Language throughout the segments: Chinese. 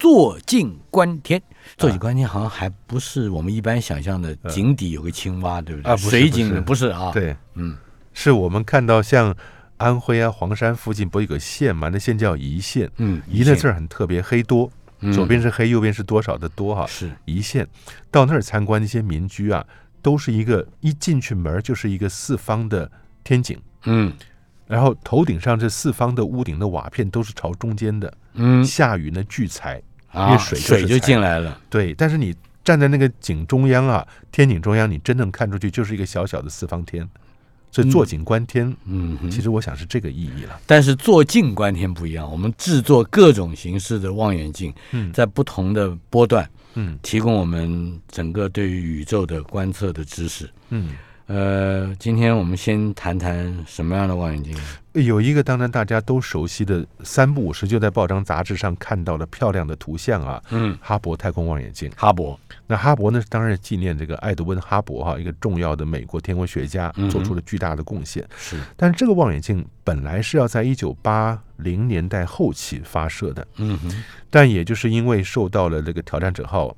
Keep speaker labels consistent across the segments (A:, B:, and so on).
A: 坐井观天。坐井观天好像还不是我们一般想象的井底有个青蛙，对不对？
B: 嗯啊不是
A: 水
B: 不
A: 井
B: 是
A: 不是啊，
B: 对，
A: 嗯，
B: 是我们看到像安徽啊、黄山附近不是有个县嘛？那县叫宜县，
A: 嗯，
B: 宜那字儿很特别，黑多，
A: 嗯
B: 左边是黑，右边是多少的多哈、
A: 是
B: 宜县到那儿参观那些民居啊，都是一个一进去门儿就是一个四方的天井，
A: 嗯
B: 然后头顶上这四方的屋顶的瓦片都是朝中间的，
A: 嗯
B: 下雨呢聚财。因
A: 啊，
B: 为水就是
A: 水就
B: 财
A: 进来了，
B: 对，但是你站在那个井中央啊，天井中央，你真正看出去就是一个小小的四方天，所以坐井观天，
A: 嗯哼。
B: 其实我想是这个意义了。
A: 但是做镜观天不一样，我们制作各种形式的望远镜，
B: 嗯
A: 在不同的波段
B: 嗯
A: 提供我们整个对于宇宙的观测的知识。
B: 嗯，
A: 呃，今天我们先谈谈什么样的望远镜？啊
B: 有一个当然大家都熟悉的三不五时就在报章杂志上看到了漂亮的图像啊，
A: 嗯，
B: 哈勃太空望远镜。
A: 哈勃，
B: 那哈勃呢，当然是纪念这个爱德温·哈勃哈、一个重要的美国天文学家
A: 嗯哼
B: 做出了巨大的贡献。
A: 是，
B: 但是这个望远镜本来是要在一九八零年代后期发射的，
A: 嗯哼，
B: 但也就是因为受到了这个挑战者号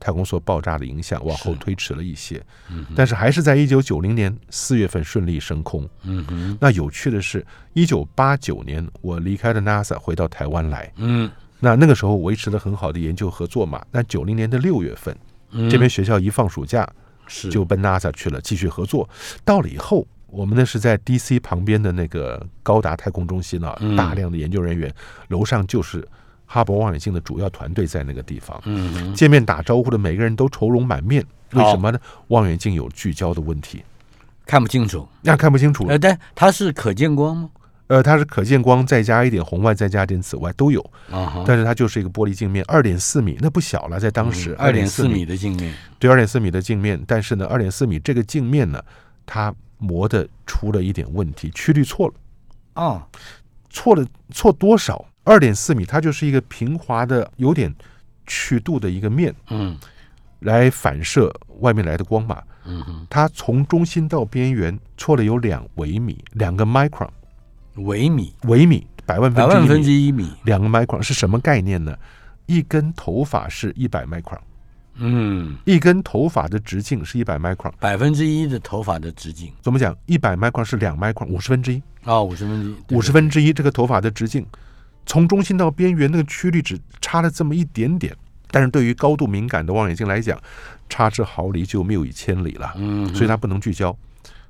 B: 太空梭爆炸的影响，往后
A: 是
B: 推迟了一些。
A: 嗯哼，
B: 但是还是在一九九零年四月份顺利升空。
A: 嗯哼，
B: 那有趣的是，一九八九年我离开了 NASA 回到台湾来，
A: 嗯，
B: 那那个时候维持了很好的研究合作嘛。那九零年的六月份，
A: 嗯
B: 这边学校一放暑假
A: 是
B: 就奔 NASA 去了，继续合作。到了以后。我们呢是在 DC 旁边的那个高达太空中心啊
A: 嗯，
B: 大量的研究人员，楼上就是哈勃望远镜的主要团队在那个地方。
A: 嗯哼，
B: 见面打招呼的每个人都愁容满面，为
A: 好
B: 什么呢？望远镜有聚焦的问题，
A: 看不清楚。
B: 那看不清楚。
A: 呃，但它是可见光吗？
B: 呃，它是可见光，再加一点红外，再加一点紫外都有，
A: 啊哈，
B: 但是它就是一个玻璃镜面，二点四米，那不小了，在当时
A: 嗯二点四
B: 2.4
A: 米，的镜面，
B: 对，二点四米的镜面。但是呢，二点四米这个镜面呢，它磨的出了一点问题，曲率错了，
A: 哦，
B: 错了错多少？二点四米，它就是一个平滑的，有点曲度的一个面
A: 嗯
B: 来反射外面来的光嘛。
A: 嗯哼，
B: 它从中心到边缘错了有两微米，两个 micron
A: 微米，
B: 微米，百万
A: 百
B: 分之
A: 万
B: 一
A: 分之
B: 米，
A: 一米，
B: 两个 micron 是什么概念呢？一根头发是一百 micron，
A: 嗯。
B: 一根头发的直径是一百 micron。
A: 百分之一的头发的直径
B: 怎么讲？一百 micron 是两 micron，五十分之一，
A: 啊，五十分之一，
B: 五十分之一这个头发的直径，从中心到边缘那个曲率只差了这么一点点。但是对于高度敏感的望远镜来讲，差之毫厘就谬以千里了，
A: 嗯，
B: 所以它不能聚焦。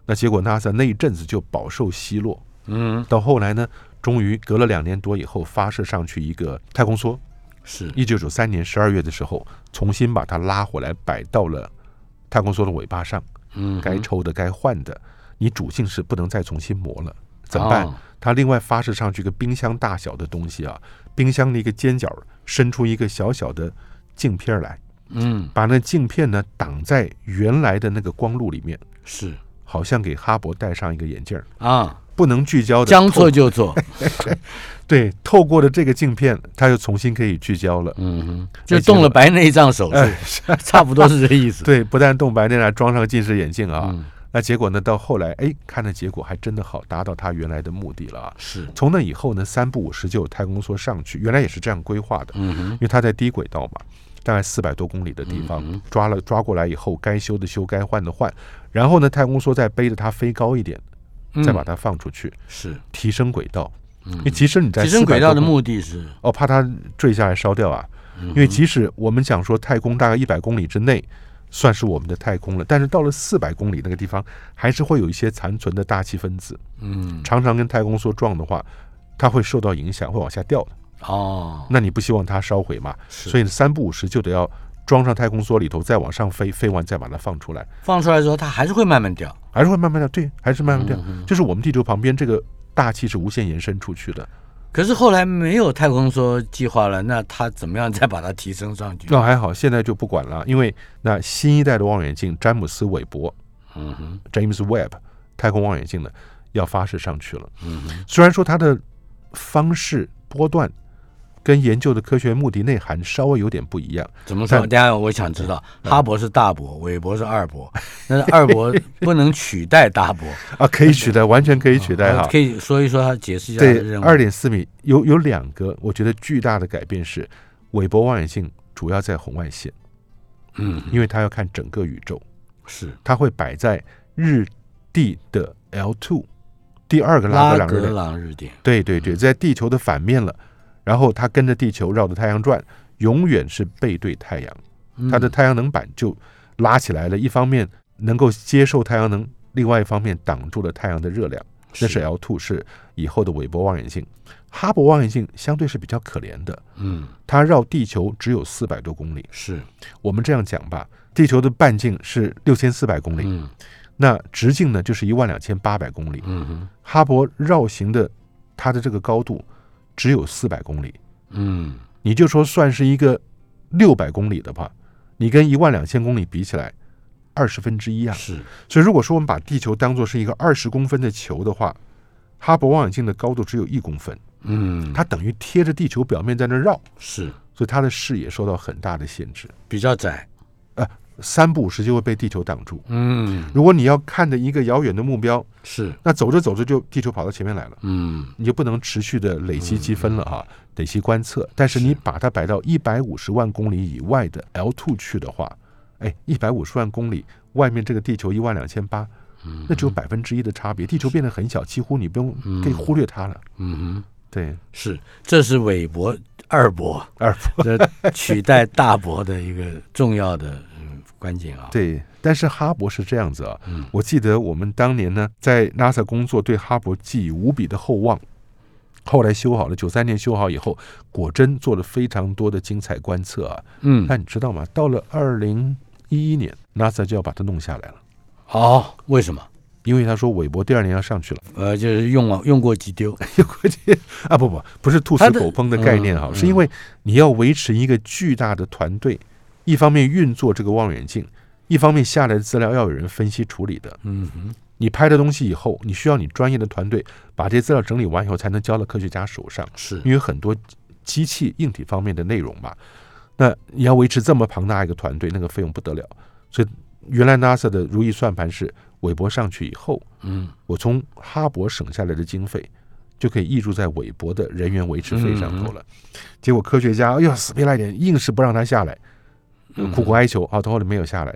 B: 那结果 NASA 那一阵子就饱受奚落，
A: 嗯
B: 到后来呢，终于隔了两年多以后发射上去一个太空梭，
A: 是
B: 一九九三年十二月的时候，重新把它拉回来，摆到了太空梭的尾巴上，
A: 嗯
B: 该抽的该换的，你主镜是不能再重新磨了，怎么办
A: 哦？
B: 它另外发射上去一个冰箱大小的东西啊，冰箱的一个尖角伸出一个小小的镜片儿来，
A: 嗯
B: 把那镜片呢挡在原来的那个光路里面，
A: 是
B: 好像给哈勃戴上一个眼镜儿，
A: 啊，
B: 不能聚焦的，
A: 将错就错，
B: 对，透过了这个镜片，它就重新可以聚焦了。
A: 嗯哼，
B: 哎
A: 就动了白内障手 术， 差不嗯多是这意思。
B: 对，不但动白内障，装上近视眼镜啊。
A: 嗯，
B: 那结果呢？到后来，哎，看的结果还真的好，达到它原来的目的了啊。
A: 是
B: 从那以后呢，三不五时就有太空梭上去，原来也是这样规划的，
A: 嗯哼
B: 因为它在低轨道嘛，大概四百多公里的地方
A: 嗯
B: 抓了抓过来以后，该修的修，该换的换，然后呢，太空梭再背着它飞高一点，
A: 嗯
B: 再把它放出去，
A: 是
B: 提升轨道。
A: 嗯
B: 因为即使你在
A: 提升
B: 400
A: 轨道的
B: 多公
A: 目的是
B: 哦，怕它坠下来烧掉啊。
A: 嗯
B: 因为即使我们讲说太空大概一百公里之内算是我们的太空了，但是到了四百公里那个地方，还是会有一些残存的大气分子，
A: 嗯
B: 常常跟太空梭撞的话，它会受到影响，会往下掉的。
A: 哦，
B: 那你不希望它烧毁嘛？
A: 是
B: 所以三不五时就得要装上太空梭里头，再往上飞，飞完再把它放出来，
A: 放出来之后它还是会慢慢掉，
B: 还是会慢慢掉，对，还是慢慢掉
A: 嗯。哼
B: 就是我们地球旁边这个大气是无限延伸出去的，
A: 可是后来没有太空梭计划了，那它怎么样再把它提升上去？
B: 那还好，现在就不管了，因为那新一代的望远镜詹姆斯韦伯
A: 嗯哼
B: （James Webb） 太空望远镜呢，要发射上去了。
A: 嗯哼
B: 虽然说它的方式、波段跟研究的科学目的内涵稍微有点不一样，
A: 怎么说？
B: 但
A: 等一下我想知道，
B: 嗯
A: 哈勃是大勃，韦伯是二勃，那二勃不能取代大勃，啊
B: 啊，可 以取代，完全可以 取代哈
A: 哦可。以说一说它，解释一下它的
B: 对，
A: 任务。
B: 二点四米有有两个，我觉得巨大的改变是，韦伯望远镜主要在红外线，
A: 嗯，
B: 因为它要看整个宇宙，
A: 是
B: 它会摆在日地的 L two 第二个拉
A: 拉
B: 格朗日
A: 格
B: 点。
A: 朗日点，
B: 对对对，在地球的反面了，然后它跟着地球绕着太阳转，永远是背对太阳，
A: 嗯
B: 它的太阳能板就拉起来了。一方面能够接受太阳能，另外一方面挡住了太阳的热量。那是啊 L two，是以后的韦伯望远镜。哈勃望远镜相对是比较可怜的，
A: 嗯
B: 它绕地球只有四百多公里。
A: 是
B: 我们这样讲吧，地球的半径是六千四百公里，
A: 嗯
B: 那直径呢就是一万两千八百公里。
A: 嗯哼
B: 哈勃绕行的它的这个高度只有四百公里，
A: 嗯
B: 你就说算是一个六百公里的话，你跟一万两千公里比起来，二十分之一啊。
A: 是
B: 所以如果说我们把地球当做是一个二十公分的球的话，哈勃望远镜的高度只有一公分，
A: 嗯
B: 它等于贴着地球表面在那绕，
A: 是
B: 所以它的视野受到很大的限制，
A: 比较窄，
B: 三不五时就会被地球挡住。
A: 嗯
B: 如果你要看着一个遥远的目标，
A: 是
B: 那走着走着就地球跑到前面来了。
A: 嗯
B: 你就不能持续的累积积分了啊，累积观测。但是你把它摆到一百五十万公里以外的 L two 去的话，哎，一百五十万公里外面这个地球一万两千八，那只有百分之一的差别，地球变得很小，几乎你不用可以忽略它了。
A: 嗯哼
B: 对，
A: 是，这是韦伯二伯
B: 二
A: 这取代大伯的一个重要的嗯关键啊，
B: 对，但是哈勃是这样子啊
A: 嗯，
B: 我记得我们当年呢在 NASA 工作，对哈勃寄予无比的厚望。后来修好了，九三年修好以后，果真做了非常多的精彩观测啊。
A: 嗯
B: 但你知道吗？到了二零一一年，NASA 就要把它弄下来了，
A: 哦，为什么？
B: 因为他说韦伯第二年要上去了
A: 呃，就是用了用过即丢，
B: 啊！不不，不是兔死
A: 它的
B: 狗烹的概念哈，
A: 嗯
B: 是因为你要维持一个巨大的团队，一方面运作这个望远镜，一方面下来的资料要有人分析处理的。
A: 嗯哼，
B: 你拍的东西以后，你需要你专业的团队把这些资料整理完以后，才能交到科学家手上。
A: 是
B: 因为很多机器硬体方面的内容嘛，那你要维持这么庞大一个团队，那个费用不得了。所以原来 NASA 的如意算盘是，韦伯上去以后，
A: 嗯
B: 我从哈勃省下来的经费就可以溢注在韦伯的人员维持费上头了。结果科学家哎呦死皮赖脸，硬是不让他下来，
A: 嗯
B: 苦苦哀求啊，到后来没有下来。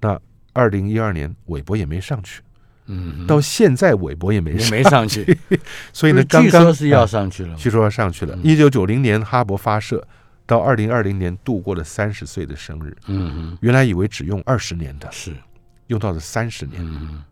B: 那二零一二年韦伯也没上去，
A: 嗯哼，
B: 到现在韦伯也没
A: 也
B: 上，
A: 没上 去，
B: 所以呢，刚
A: 据
B: 刚
A: 说是
B: 啊
A: 要上去了，
B: 据说要上去了。
A: 嗯
B: 一九九零年哈勃发射，到二零二零年度过了三十岁的生日。
A: 嗯
B: 原来以为只用二十年的
A: 哼，，是，
B: 用到了三十年。
A: 嗯哼，